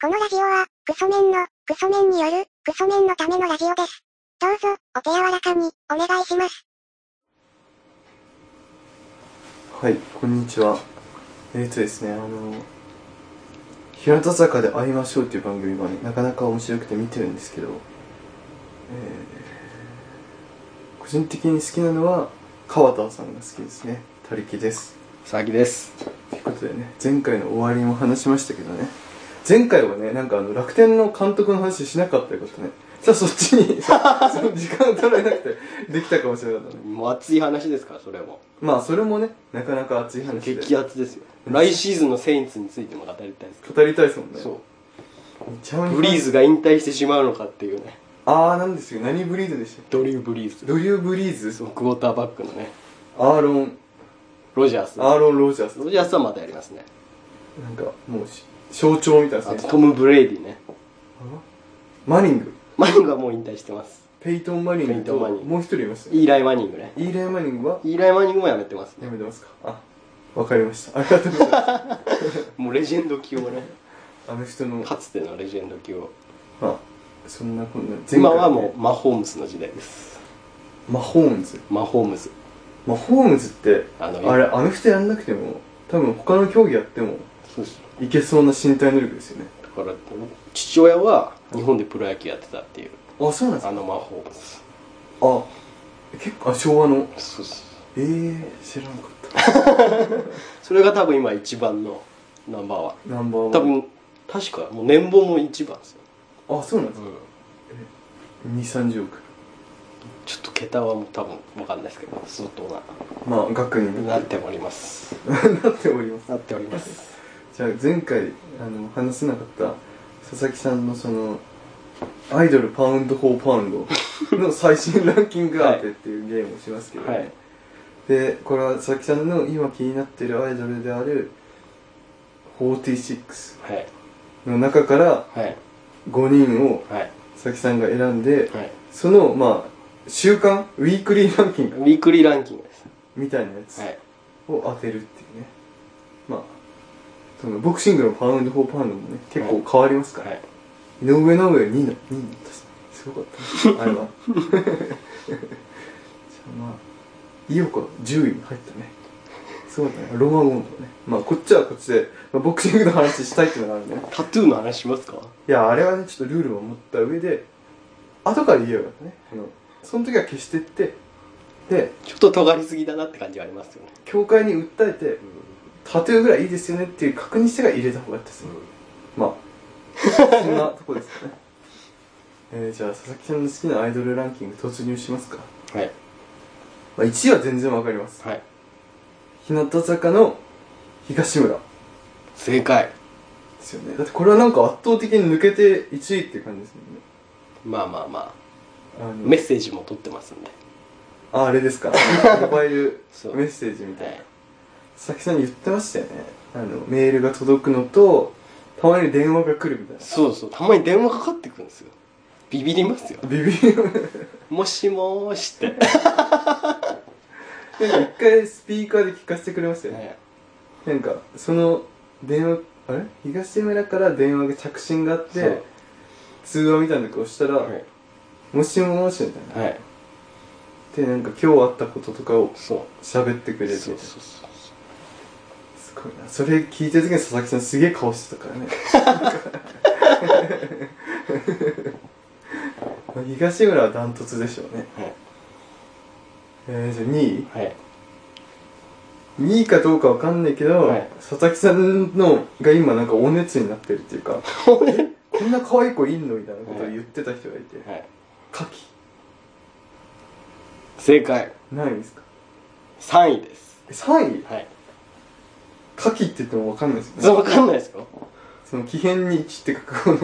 このラジオは、クソメンの、クソメンによる、クソメンのためのラジオです。どうぞ、お手柔らかに、お願いします。はい、こんにちは。えーとですね、あの、日向坂で会いましょうっていう番組がね、なかなか面白くて見てるんですけど、えー個人的に好きなのは、川田さんが好きですね。他力です。佐々木ですということでね、前回の終わりも話しましたけどね、前回はね、なんかあの楽天の監督の話しなかったよかったね。さあそっちに、 その時間を取られなくて、できたかもしれなかったね。もう熱い話ですからそれもまあ、それもね、なかなか熱い話で。激アツですよ来シーズンのセインツについても語りたいです語りたいですもんね。そちなみうにブリーズが引退してしまうのかっていうねああなんですよ何ブリーズでしたっドリュー・ブリーけズドリュー・ブリーズそうクォーターバックのねアーロンロジャースアーロン・ロジャースロジャースはまたやりますねなんかもうし象徴みたいなあ選手とトム・ブレイディねマニングマニングはもう引退してますペイトン・マニンペグイとトンマニングもう一人いましたねイーライ・マニングねイーレイ・マニングはイーライ・マニングもやめてますやねめてますかあわかりましたありがとうございますもうレジェンド級をねあの人のかつてのレジェンド級をまあそんなこんな前回ね今はもうマホームズの時代ですマホームズマホームズマホームズってあのあれあの人やんなくても多分他の競技やってもそうですいけそうな身体能力ですよねだから父親は日本でプロ野球やってたっていうあそうなんですあかの魔法ですあ結構あ昭和のそうですえー、知らなかったそれが多分今一番のナンバーワナンバーワンン多分確かもう年俸も一番ですよ、あそうなんですか230億ちょっと桁はもう多分分かんないですけど相当まあ額になななっておりますなっておりますなっておりますじゃあ前回あの話せなかった佐々木さんのそのアイドルパウンド・フォー・パウンドの最新ランキング当てっていうゲームをしますけど、はいでこれは佐々木さんの今気になってるアイドルである46はいの中からはい5人をはい佐々木さんが選んで、はいそのまあ週間ウィークリーランキングウィークリーランキングですみたいなやつ、はいを当てるっていうねまあそのボクシングのパウンド・フォー・パウンドもね結構変わりますから、はい井上尚弥2の2のすごかったねあれは じゃあまあ井岡10位に入ったねそうだねロマン・ゴンドねまあこっちはこっちで、まあ、ボクシングの話したいっていうのがあるねタトゥーの話しますかいやあれはねちょっとルールを持った上で後から言えばよかったねあのその時は消してってでちょっと尖りすぎだなって感じはありますよね教会に訴えてタトゥーぐらいいいですよねっていう確認してから入れた方がいいですね、ま あそんなとこですかねえー、じゃあ佐々木さんの好きなアイドルランキング突入しますか、はいまあ、1位は全然わかりますはい日向坂の東村で正解すよねだってこれはなんか圧倒的に抜けて1位っていう感じですまあまあまもあんメねッセージも取ってますんであのああれです かモバイルそうメッセージみたいなはい佐々木さん言ってましたよねあのメールが届くのとたまに電話が来るみたいそうそうたまに電話かかってくるんですよビビりますよなビビるよねもしもーしって、なんか一回スピーカーで聞かせてくれましたよね。ねなんか、その電話、あれ東村から電話が着信があって、通話みたいなのを押したら、はいもしもしみたいな。はいで、なんか今日あったこととかをそ喋ってくうれて。そうそうすそうそうごいな。それ聞いてる時に佐々木さんすげえ顔してたから ね。まあ東村はダントツでしょうね。はいえー、じゃあ2位はい ?2 位かどうかわかんないけど、はい佐々木さんのが今なんかお熱になってるっていうか、こんな可愛い子いんのみたいなことを言ってた人がいて、はいカキ正解ないんですか3位ですえ3位はいカキって言っても分かんないですよねそうわかんないですよその奇変に1って書くの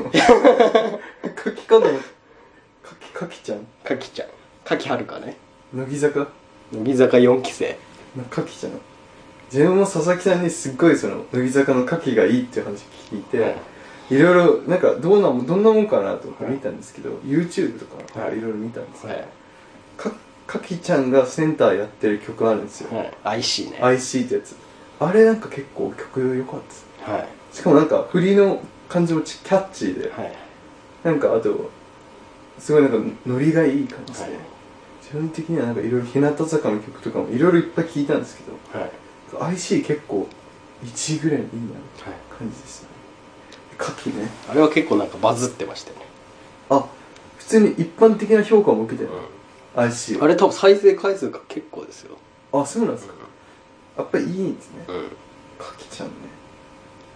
カキかのカキカキちゃんかきちゃんかきはるかね乃木坂乃木坂4期生のカキちゃん自分も佐々木さんにすっごいその乃木坂のカキがいいっていう話聞いて、はいいろいろなんかどうなんもどんなもんかなと思って見たんですけど、YouTube とかはいいろいろ見たんですけはど、いかカキちゃんがセンターやってる曲あるんですよ、はい IC ね IC ってやつあれなんか結構曲良かったですはしかもなんか振りの感じもちキャッチーで、はいなんかあとすごいなんかノリがいい感じで、はい自分的にはなんかいろいろ日向坂の曲とかもいろいろいっぱい聴いたんですけどはい IC 結構1位ぐらいのいいなはい感じでしたね夏季ねあれは結構なんかバズってましたよね、あ普通に一般的な評価も受けてる、IC あれ多分再生回数が結構ですよあそうなんですかやっぱりいいんですねうん、かきちゃんね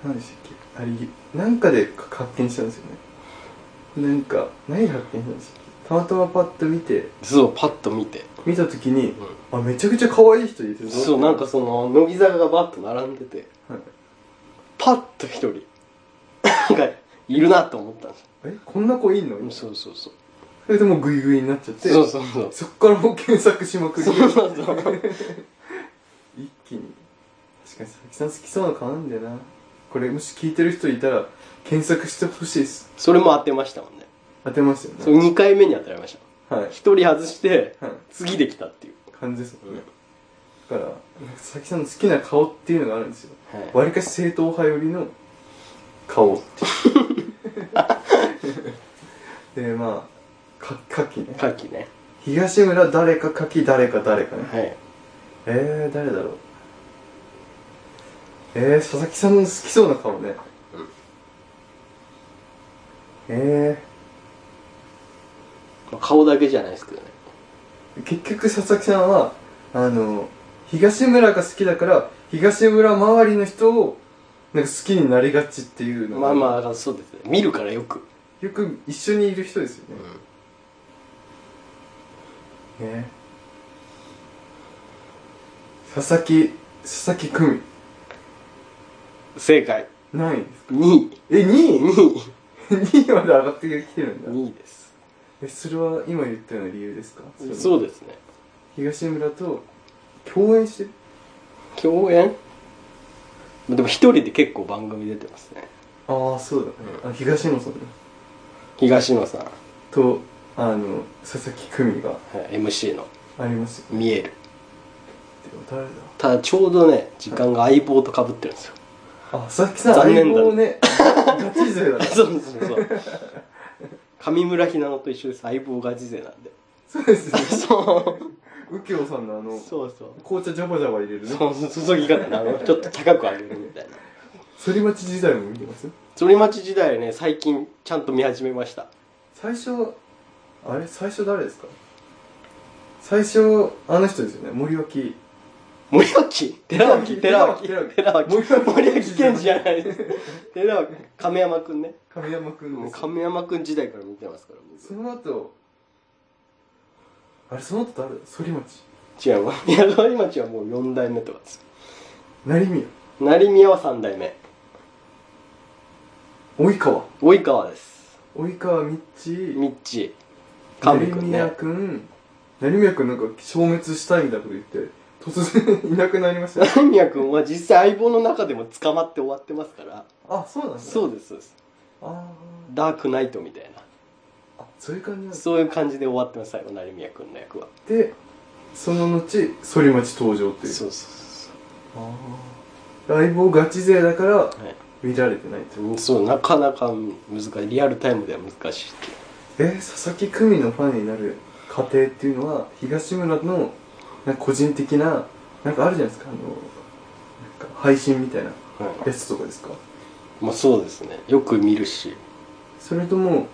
何でしたっけあれなんかでか発見したんですよねなんか何で発見したんですかたまたまパッと見てそうパッと見て、見た時にあめちゃくちゃ可愛い人いるぞそうなんかその乃木坂がバッと並んでてはいパッと一人なんかいるなと思ったんですよえこんな子いんのうんそうそうそうそれでもうグイグイになっちゃってそうそうそうそっからもう検索しまくりそうそうそう一気に確かに佐々木さん好きそうな顔なんだよなこれもし聞いてる人いたら検索してほしいですそれも当てましたもんね当てますよそねれ2回目に当てられましたはい一人外してはい次できたっていう感じですもんね、だから佐々木さんの好きな顔っていうのがあるんですよはいわりかし正統派寄りの顔っていう でまあかかきねカキね東村誰かかき誰か誰かねはいえー、誰だろうえー、佐々木さんの好きそうな顔ね、うんえまあ顔だけじゃないですけどねー、結局佐々木さんはあの東村が好きだから東村周りの人をなんか好きになりがちっていうのまあまあそうですね見るからよくよく一緒にいる人ですよね、ね佐々木佐々木久美正解何位ですか2位え2位2 2位まで上がってきてるんだ位ですえそれは今言ったような理由ですかそううですね東村と共演してる共演でも一人で結構番組出てますねああそうだね、あ東野さんだ東野さん、はとあの佐々木久美がい MC のありますよ「見えるでも誰だ」ただちょうどね時間が相棒とかぶってるんですよ、あ佐々木さん残念だ相棒ねガチ勢だなそうそうそう上村ひなのと一緒です相棒ガチ勢なんでそうですねそう右京さんのあのそうそう紅茶ジャバジャバ入れるねそう注ぎ方ねあのちょっと高く上げるみたいな反町時代も見てます反町時代ね最近ちゃんと見始めました最初あれ最初誰ですか最初あの人ですよね森脇森脇寺脇寺脇寺脇寺脇森脇森脇健児じゃないです寺脇亀山くんね神山くんもでうす亀山くん時代から見てますからその後あれその後誰だ反町僕違うわ宮川町はもう4代目とかです成宮成宮は3代目及川及川です及川みっちミッチー成神くん宮ねくん成宮くんなんか消滅したいみたいなこと言って突然いなくなりましたね成宮くんは実際相棒の中でも捕まって終わってますからあそうなんだそうですそうですあダークナイトみたいーあそういう感じなんなですそういう感じで終わってます最後成宮くんの役はでその後反町登場っていうそうそうそうああ相棒ガチ勢だからそうはい見られてないとうんそうなかなか難しいリアルタイムでは難しいっていうえー佐々木久美のファンになる過程っていうのは東村のなんか個人的ななんかあるじゃないですかあのなんか配信みたいなはいやつとかですかまあそうですねよく見るしそれとも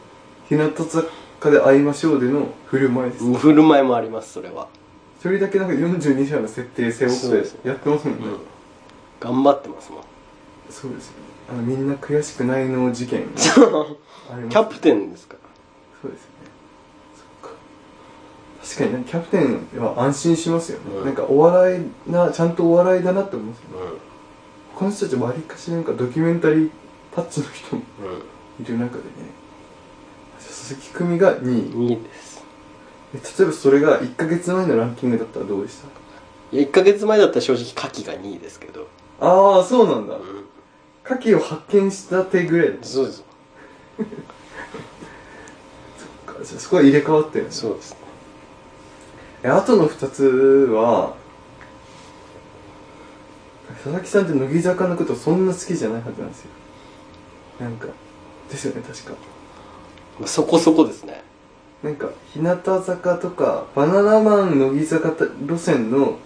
日向坂で会いましょうでの振る舞いですか振る舞いもありますそれは、それだけなんか42社の設定背そう負でっすてやってますもんね頑張ってますもん そうですよねあのみんな悔しくないの事件ありますキャプテンですかそうですよねそっか確かにねキャプテンは安心しますよね、うんなんかお笑いなちゃんとお笑いだなって思うんですよねらうんこの人たちわりかしなんかドキュメンタリータッチの人もうんいる中でね佐々木久美が2位2位ですえ例えばそれが1ヶ月前のランキングだったらどうでしたいや1ヶ月前だったら正直カキが2位ですけど、ああそうなんだ牡蠣を発見した手ぐらいだったそうですそっかじゃあそこは入れ替わってるんですそうですねえあとの2つは佐々木さんって乃木坂のことそんな好きじゃないはずなんですよなんかですよね確かまあそこそこですねなんか日向坂とかバナナマン乃木坂た路線の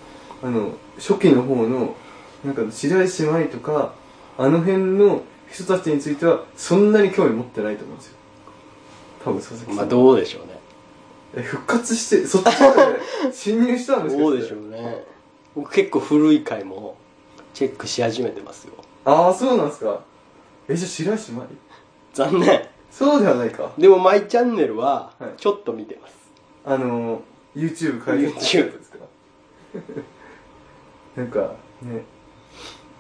あの初期の方のなんか白石麻衣とかあの辺の人たちについてはそんなに興味持ってないと思うんですよ多分佐々木さん、まあどうでしょうねえ復活してそっちまで侵入したんですけどうでしょうね僕結構古い回もチェックし始めてますよああそうなんですかえじゃあ白石麻衣残念そうではないかでもマイチャンネルははいちょっと見てます、あの YouTube 解説 YouTube ですかなんかね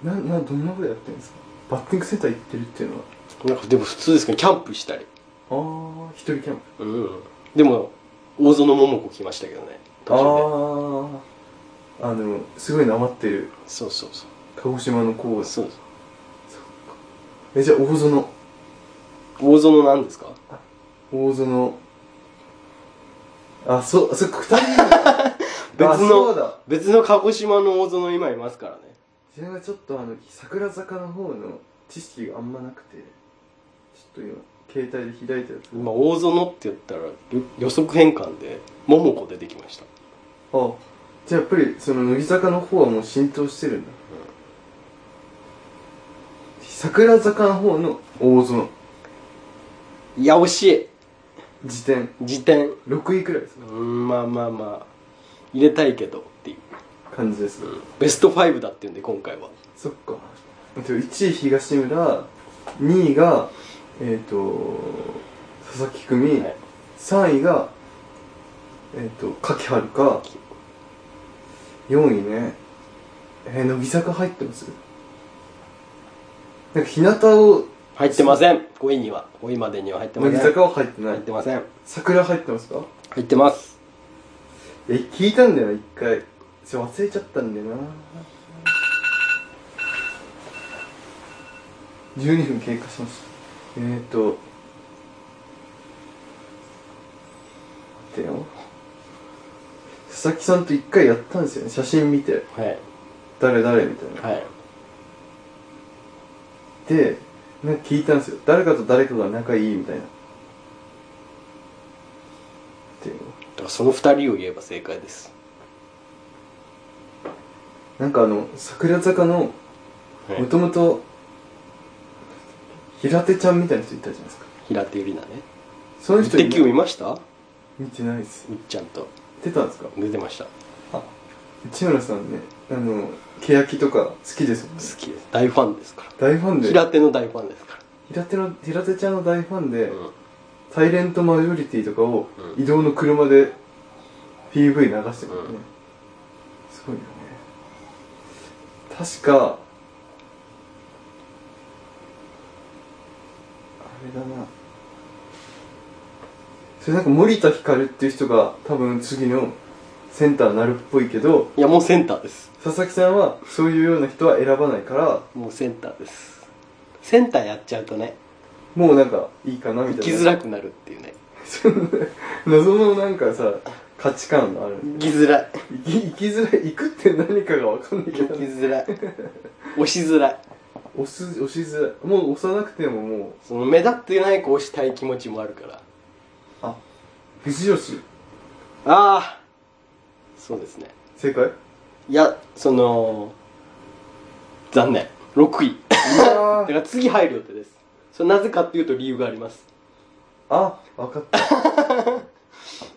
ななどんなことやってるんですかバッティングセンター行ってるっていうのはなんかでも普通ですけどキャンプしたりああ一人キャンプうんでも大園桃子来ましたけどねあ途中でああのすごいなまってるそうそうそう鹿児島の子をそうえじゃあ大園大園なんですか大園あそうそれ二人いるのか別のあそうだ別の鹿児島の大園今いますからね自分がちょっとあの桜坂の方の知識があんまなくてちょっと今携帯で開いたやつ今大園って言ったらよ予測変換で桃子出てきましたあじゃあやっぱりその乃木坂の方はもう浸透してるんだ、桜坂の方の大園いや惜しい辞典辞典6位くらいですねうんまあまあまあ入れたいけどっていう、感じですね、ベスト5だっていうんで今回はそっかえっと1位東村2位がえっ、と佐々木久美、はい3位がえっ、と柿原か4位ねえー、乃木坂入ってますなんか日向を入ってません5位には5位までには入ってま乃せ木ん坂は入ってな入いってません桜入ってますか入ってますえ聞いたんだよ一回それ忘れちゃったんだよな12分経過しましたえー、っと待ってよ佐々木さんと一回やったんですよね写真見てはい誰誰みたいな、はいでなんか聞いたんですよ誰かと誰かが仲いいみたいなっていうだからその2人を言えば正解ですなんかあの桜坂のはいもともと平手ちゃんみたいな人いたじゃないですか平手友梨奈ねそのイッ人テ Q 見見ました見てないですみっちゃんと出たんですか出てました好内村さんねあの欅とか好きですもんねきです大ファンですか大ファンらで平手の大ファンですか平手の平手ちゃんの大ファンで、ら、うんサイレントマジョリティとかをうん移動の車で PV 流してるのね、すうんごいよね確かあれだなそれなんか森田ひかるっていう人が多分次のセンターになるっぽいけどいやもうセンターです佐々木さんはそういうような人は選ばないからもうセンターですセンターやっちゃうとねもうなんかいいかなみ生たきいづならくなるっていうね 謎のなんかさ価値観がある生きづらい行き行きづらい行くって何かが分かんないけ生きどづらい押しづらい押す押しづらいもう押さなくてももうその目立ってない子を押したい気持ちもあるからあ藤吉ああそうですね正解いやその残念6位いやだから次入る予定ですそれなぜかっていうと理由がありますあ分かった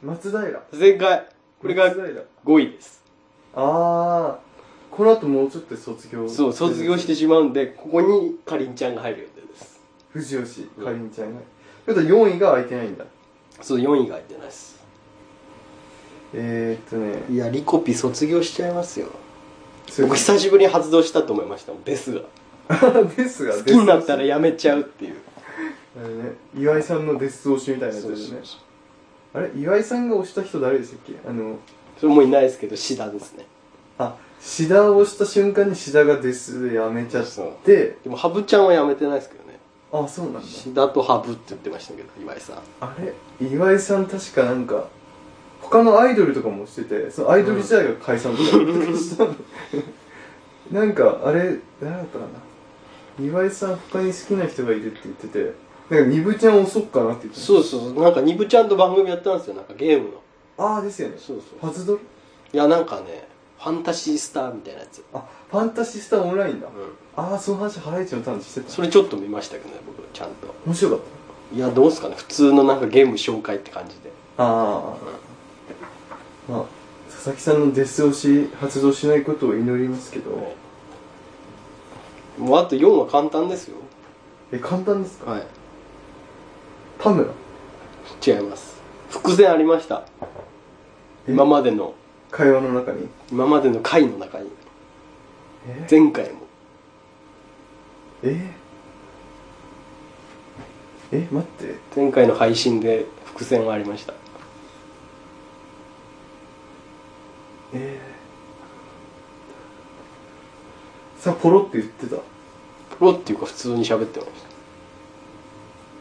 松平正解これが松平5位ですああこの後もうちょっとで卒業そう卒業してしまうんでここにかりんちゃんが入る予定です藤吉かりんちゃんがちょっと4位が空いてないんだそう4位が入ってないですえー、っとねいやリコピ卒業しちゃいますよそれ僕久しぶりに発動したと思いましたもんですがですが好きになったらデやめちゃうっていうス推しあれね岩井さんのデス推しみたいなやつそうでそうすそうねあれ岩井さんが押した人誰でしたっけあのそれもういないですけどシダですねあ、シダを押した瞬間にシダがデスでやめちゃって、でもハブちゃんはやめてないですけどねあ、そうなんだ。シダとハブって言ってましたけど岩井さんあれ岩井さん確かなんか、他のアイドルとかもしてて、そのアイドル自体が解散とかしたの。なんか、あれ、誰だったかな。岩井さん他に好きな人がいるって言ってて、なんか、ニブちゃん押そっかなって言ってそうそうそうなんかニブちゃんと番組やったんですよなんかゲームのああ、ですよね。そうそうパズドルいやなんかねファンタシースターみたいなやつ、あ、ファンタシスタオンラインだう。ん、ああ、その話、ハライチのターンしてた。それちょっと見ましたけどね僕ちゃんと面白かっいやどうっすかね普通のなんかゲーム紹介って感じでた。ああ。まあ、佐々木さんのデス押し、発動しないことを祈りますけど、もうあと4は簡単ですよえ、簡単ですかはい田村。違います伏線ありましたえ今までの会話の中に。今までの回の中にえ前回もええ、待って。前回の配信で伏線はありましたえー、さ、ポロって言ってた。プロっていうか普通に喋ってまし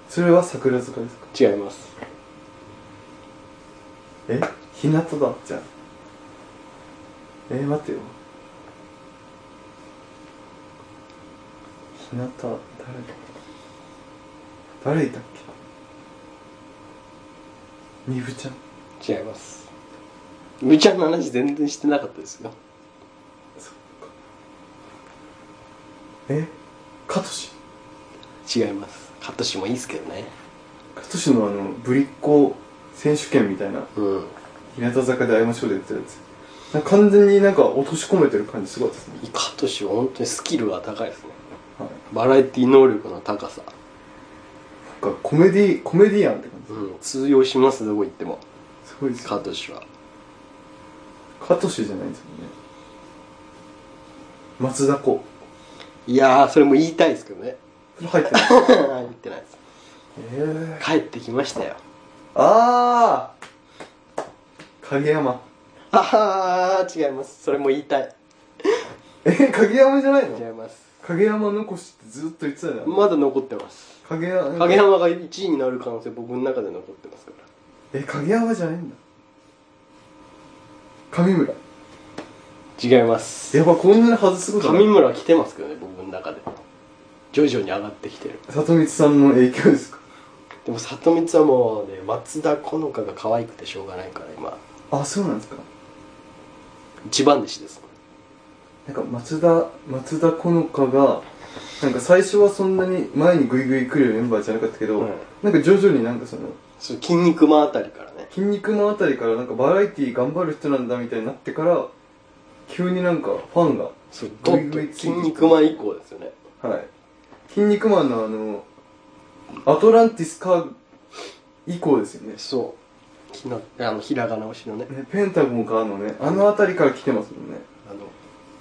それは桜塚ですかた違いますえ日向だじゃあえー、待ってよ日向誰だ誰いたっけニブちゃん違いますむちゃんの話全然してなかったですよそっかえカトシ違いますカットしてもいいですけどねカトシのあのぶりっ子選手権みたいなうん日向坂で会いましょうでやってたやつなんか完全になんか落とし込めてる感じすごいですね、カットして本当にスキルが高いですねはい、バラエティ能力の高さなんかコメディコメディアンって感じうん通用しますどこ行ってもすごいですよカットしはカトシじゃないんですもんね松田子いやーそれも言いたいですけどね それ入ってない言ってないですえー、帰ってきましたよあー影山ああ違いますそれも言いたいえ影山じゃない違いのます影山残しってずっと言ってたじゃん、まだ残ってます影山影山が1位になる可能性僕の中で残ってますからえ影山じゃないんだ上村違いますやっぱこんなに外すことな上い村来てますけどね僕の中で徐々に上がってきてる里光さんの影響ですかでも里光はもうね松田好花が可愛くてしょうがないから今あそうなんですか一番弟子ですなんか松田松田好花がなんか最初はそんなに前にグイグイ来るメンバーじゃなかったけど、うんなんか徐々になんかそのそう筋肉マンあたりからね筋肉マンあたりからなんかバラエティー頑張る人なんだみたいになってから急になんかファンがそうどんどん筋肉マン以降ですよねはい筋肉マンのあのアトランティスカ以降ですよねそうひなあのひらがな推しのねねペンタゴンかのねあのあたりから来てますもんねあの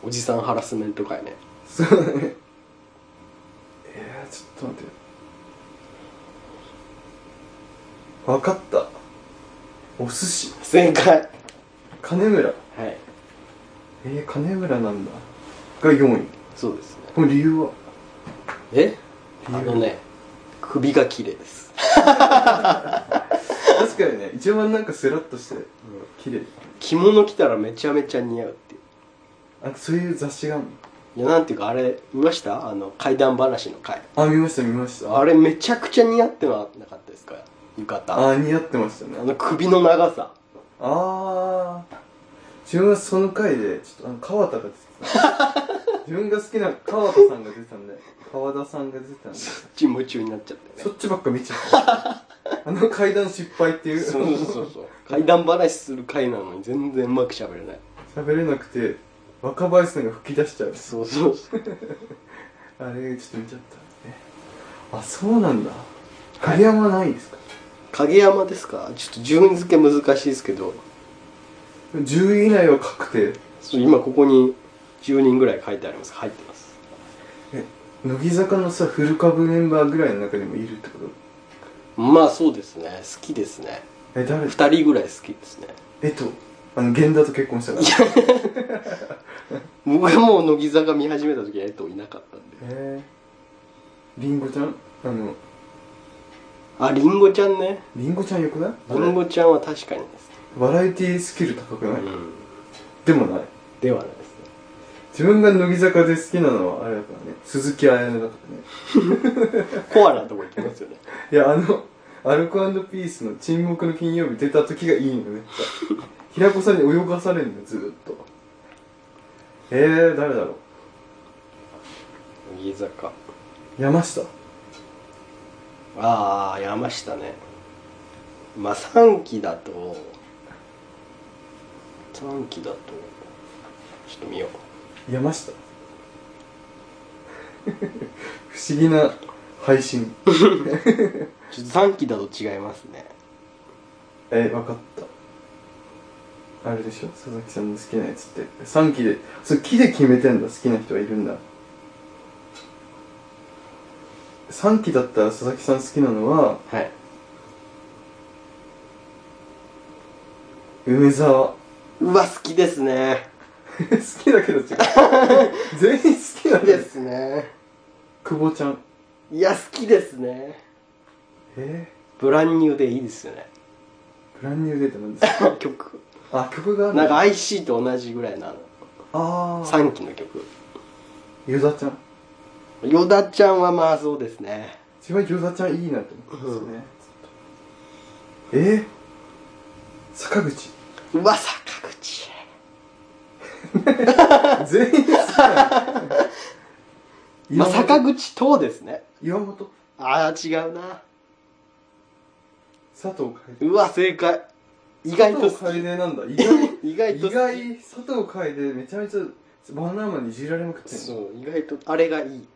おじさんハラスメント会ねそうだねえー、ちょっと待ってわかったお寿司正解金村はいえー、金村なんだが4位そうですねこの理由はえあのね首が綺麗です確かにね一番なんかスラッとして綺麗着物着たらめちゃめちゃ似合うっていあそういう雑誌があるのういやなんていうかあれ見ましたあの怪談話の回あ見ました見ましたああれめちゃくちゃ似合ってはなかったですか浴衣ああ似合ってましたねの首の長さああ自分はその回でちょっとあの川田が出てた自分が好きな川田さんが出てたんで川田さんが出てたんでそっち夢中になっちゃったよそねっちばっか見ちゃ ったあの階段失敗っていうそうそうそうそう 怪談話する回なのに全然うまくしゃべれない喋れなくて若林さんが吹き出しちゃうそうそうそあうれちょっと見ちゃったねあそうなんだ影山ないですか影山ですかちょっと順位付け難しいですけど10位以内は確定そう今ここに10人ぐらい書いてあります入ってますえ乃木坂のさ古株メンバーぐらいの中にもいるってことまあそうですね好きですねえ誰2人ぐらい好きですねえっとあの源田と結婚したから僕はもう乃木坂見始めた時は江藤いなかったんでえー、りんごちゃんあのありんごちゃんねりんごちゃんよくないりんごちゃんは確かにです、バラエティスキル高くうない、ん、でもないではないですね自分が乃木坂で好きなのはあれだからね鈴木彩音だからねコアラのとこ行きますよね。いやあのアルコピースの「沈黙の金曜日」出た時がいいのめっちゃ平子さんに泳がされるのよずーっとえー、誰だろう 乃木坂。山下ああ、山下ね。まあ、3期だと、3期だと、ちょっと見よう。山下 不思議な配信ちょっと3期だと違いますね。えー、分かったあれでしょ佐々木さんの好きなやつって3期でそれ木で決めてんだ好きな人はいるんだ3期だったら佐々木さん好きなのははい。梅沢 うわ、好きです ね。好きだけど違う 全員好きなんですすね。久保ちゃんいや、好きですね。えブランニューでいいですよね。ー、ブランニューデーって何ですか曲。あ曲があるなんか IC と同じぐらいなの。ああ3期の曲。ユダちゃんヨダちゃんはまあそうですね。自分は餃子ちゃんいいなと思ってますね、えー、坂口うわ、坂口。全員好きなのまあ、坂口等ですね。岩本ああ、違うな。佐藤うわ、正解。楓意外と佐好藤き。楓なんだ意外意外と意外佐藤楓めちゃめちゃバナーマンにいじられまくってんのそう、意外と、あれがいい。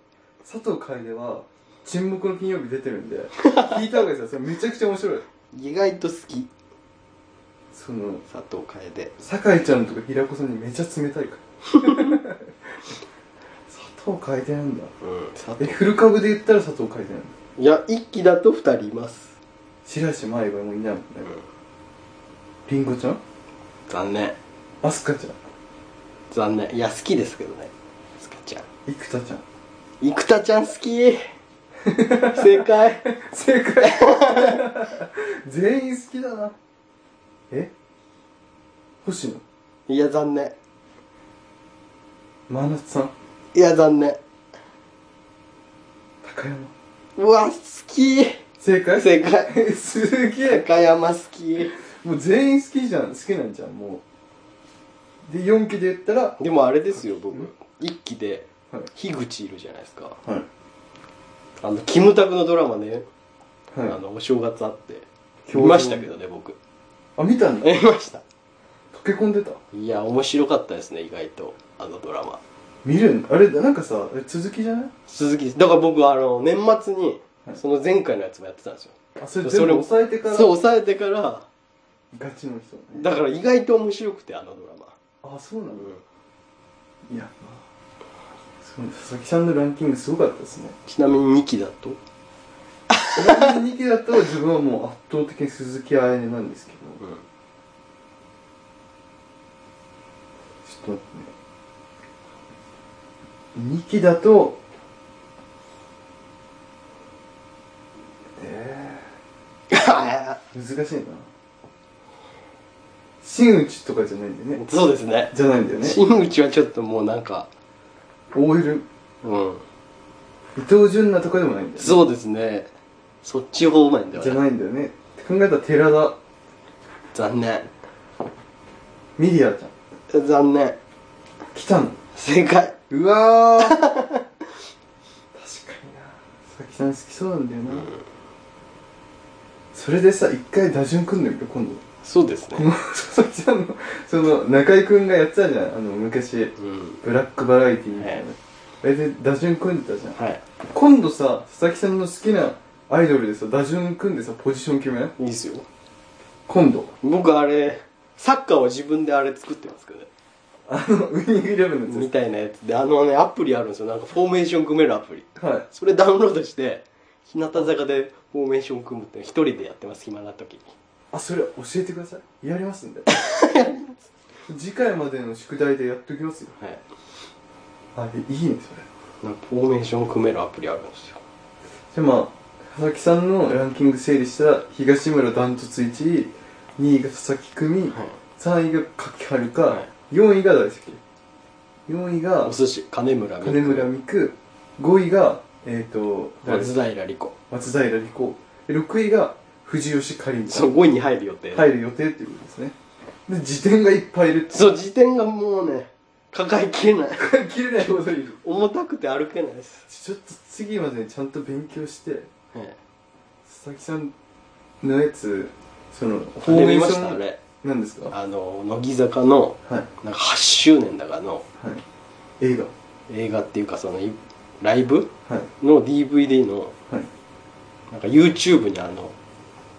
佐藤楓は沈黙の金曜日出てるんで 聞いたわけですよそれめちゃくちゃ面白い意外と好き。その佐藤楓。酒井ちゃんとか平子さんにめちゃ冷たいから 佐藤楓なんだうん、佐え藤。フル株で言ったら佐藤書いてないのいや、一期だと二人います。白石麻衣はもういないもんね、りん、リンゴちゃん残念。アスカちゃん残念。いや、好きですけどね。スカちゃん。生田ちゃん生田ちゃん好き。正 解。正解全員好きだなえ星野いや、残念。真夏さんいや、残念。高山うわ、好き。正解正解。解すげえ高山好き。もう全員好きじゃん好きなんじゃんもうで4期で言ったらでもあれですよ、僕。一期ではい、樋口いるじゃないですか。はいあの、キムタクのドラマね、あはいの、お正月あって。教見場ましたけどね、僕。あ見たんだ見ました。溶け込んでたいや、面白かったですね、意外と。あのドラマ。見るんあれなんかさえ続きじゃない鈴木ですだから僕あの年末にはいその前回のやつもやってたんですよ、あそれそ全れ部を抑えてからそう抑えてからガチの人ねだから意外と面白くてあのドラマ、あそうなうのんいやまあそうね佐々木さんのランキングすごかったですねちなみに2期だ とちなみに2期だと自分はもう圧倒的に鈴木彩音なんですけどちょうっと待ってね2期だとええー、難しいな真打ちとかじゃないんだよねんそうですねじゃないんだよね新内はちょっともうなんか OL うん伊藤純奈とかでもないんだよねそうですねそっち方面ではじゃないないんだよねって考えたら寺田残念ミリアちゃん残念来たの正解うわー 確かにな佐々木さん好きそうなんだよな、それでさ一回打順組んでみる今度そうですこねの佐々木さんのその中居君がやってたじゃんあの昔うんブラックバラエティーみたいな、はいあれで打順組んでたじゃんはい今度さ佐々木さんの好きなアイドルでさ打順組んでさポジション決めないいいですよ今度僕あれサッカーは自分であれ作ってますけどねあのウイニングイレブンのやつでみたいなやつであのねアプリあるんですよなんかフォーメーション組めるアプリすはいそれダウンロードして日向坂でフォーメーション組むって一人でやってます暇な時にあそれ教えてくださいやります んで次回までの宿題でやっておきますよはいあいいねそれなんかフォーメーション組めるアプリあるんですよじゃあまあ佐々木さんのランキング整理したら東村ダントツ1位2位が佐々木久美、はい3位が柿遥か、はい4位が大好き4位がお寿司金村美金村美空5位がえっ、と誰松平莉子松平理子6位が藤吉かりんそう5位に入る予定、入る予定っていうことですねで辞典がいっぱいいる ってそう辞典がもうね抱えきれない 切れないほどいる重たくて歩けないです、ちょっと次までちゃんと勉強してえ佐々木さんのやつそのえ、あれ見ましたあンれなんですかはあの乃木坂のいはなんか8周年だかのい映映画っていうかそのいライブ画はいの DVD のはいなんか YouTube にあの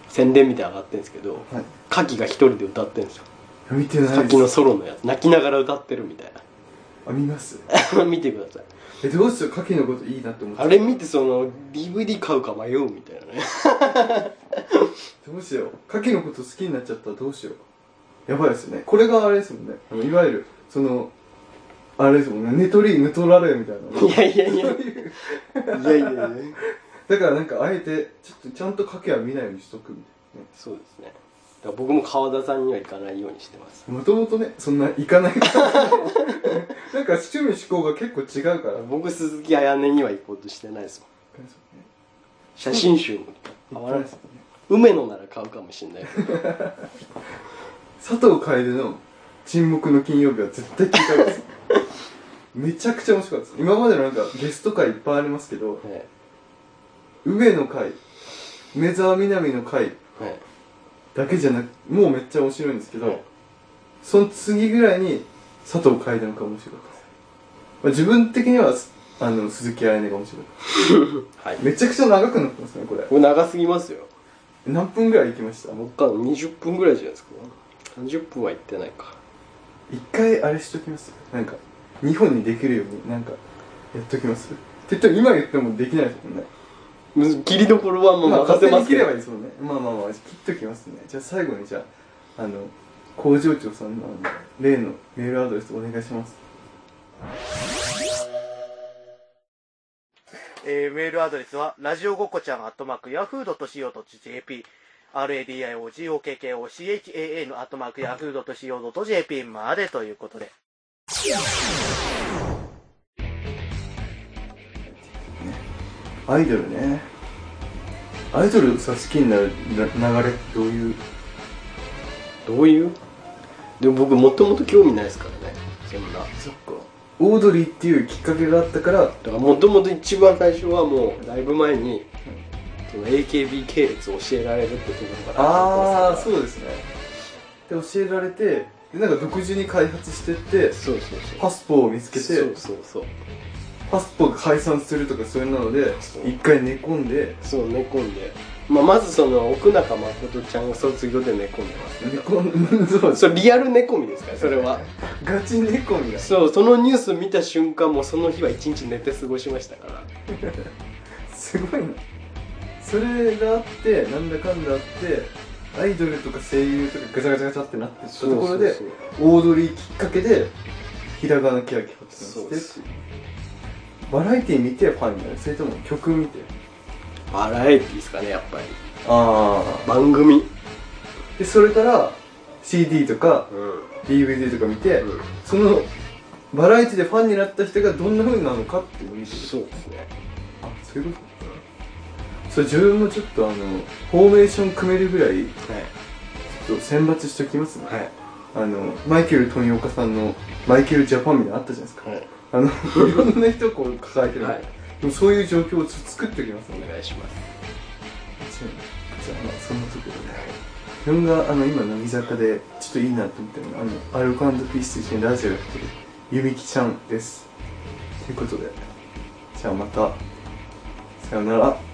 宣伝みたいなの上がってるんですけどはいカキが一人で歌ってるんですよあ見てないさっできすのソロのやつ泣きながら歌ってるみたいあ見ますな 見てくださいえどうしようカキのこといいなって思ってあれ見てその DVD 買うか迷うみたいなねどうしようカキのこと好きになっちゃったらどうしようやばいですよねこれがあれですもんねあのいわゆるそのあれですもんね寝取り寝取られみたいないやいやいやいやいやいやだからなんかあえてちょっとちゃんと賭けは見ないようにしとくみたいなねそうですねだから僕も川田さんには行かないようにしてますもともとねそんな行かない なんか趣味思考が結構違うから僕鈴木彩音には行こうとしてないですもん写真集も買わないです梅野なら買うかもしれないけど佐藤楓の「沈黙の金曜日」は絶対聞いたことですめちゃくちゃ面白かったです今までのなんかゲスト回いっぱいありますけどえ梅の回梅沢みなみの回ええだけじゃなくもうめっちゃ面白いんですけえど、その次ぐらいに佐藤楓のが面白かったです、まあ、自分的にはあの鈴木彩音が面白かっはいためちゃくちゃ長くなってますねこれこれ長すぎますよ何分ぐらい行きましたもう一回20分ぐらいじゃないですか30分は行ってないか一回あれしときますなんか日本にできるようになんかやっときますって言っても今言ってもできないですもんねむ切りどころはもうまあ任勝せ手まにす切けれどばいいですもんねまあまあまあ切っときますねじゃあ最後にじゃああの工場長さんのあの例のメールアドレスお願いしますえーメールアドレスは、ラジオごこちゃん、アットマーク、ヤフー .co.jp、radiogokochaa のアットマーク、ヤフー .co.jp までということで。アイドルねアイドルさ好きになるな流れってどういうどういうでも僕もともと興味ないですからねそんなだそっかオードリーっていうきっかけがあったからからもともと一番最初はもうだいぶ前にその AKB 系列を教えられるってところからああそううですねで教えられてでなんか独自に開発してってそうそうそうパスポを見つけそてうそうそうパスポが解散するとかそういうのでそう一回寝込んでそう寝込んで、まあ、まずその奥中誠ちゃんが卒業で寝込んでます寝込ん そうそれリアル寝込みですからそれはガチ寝込みがそうそのニュース見た瞬間もうその日は一日寝て過ごしましたからすごいなそれがあってなんだかんだあってアイドルとか声優とかガチャガチャガチャってなってったところでそうそうオードリーきっかけでひらがなキラキラってそうそうなでってすバラエティ見てファンになるそれとも曲見てバラエティーですかねやっぱりああ番組でそれから CD とかうん、 DVD とか見て、そのバラエティでファンになった人がどんな風なのかっていうのを見てるそうですねあそういうこと、それ自分もちょっとあのフォーメーション組めるぐらいちょっと選抜しておきますね、はいはいあのマイケル富岡さんのマイケルジャパンみたいなのあったじゃないですか、はいあの いろんな人をこう抱えてる、はいでもそういう状況をちょっと作っておきますのでお願いしますじゃあまあそんなところで自分があの今乃木坂でちょっといいなと思ってるのがあのアルコピースと一緒にラジオやってるゆみきちゃんですということでじゃあまたさようなら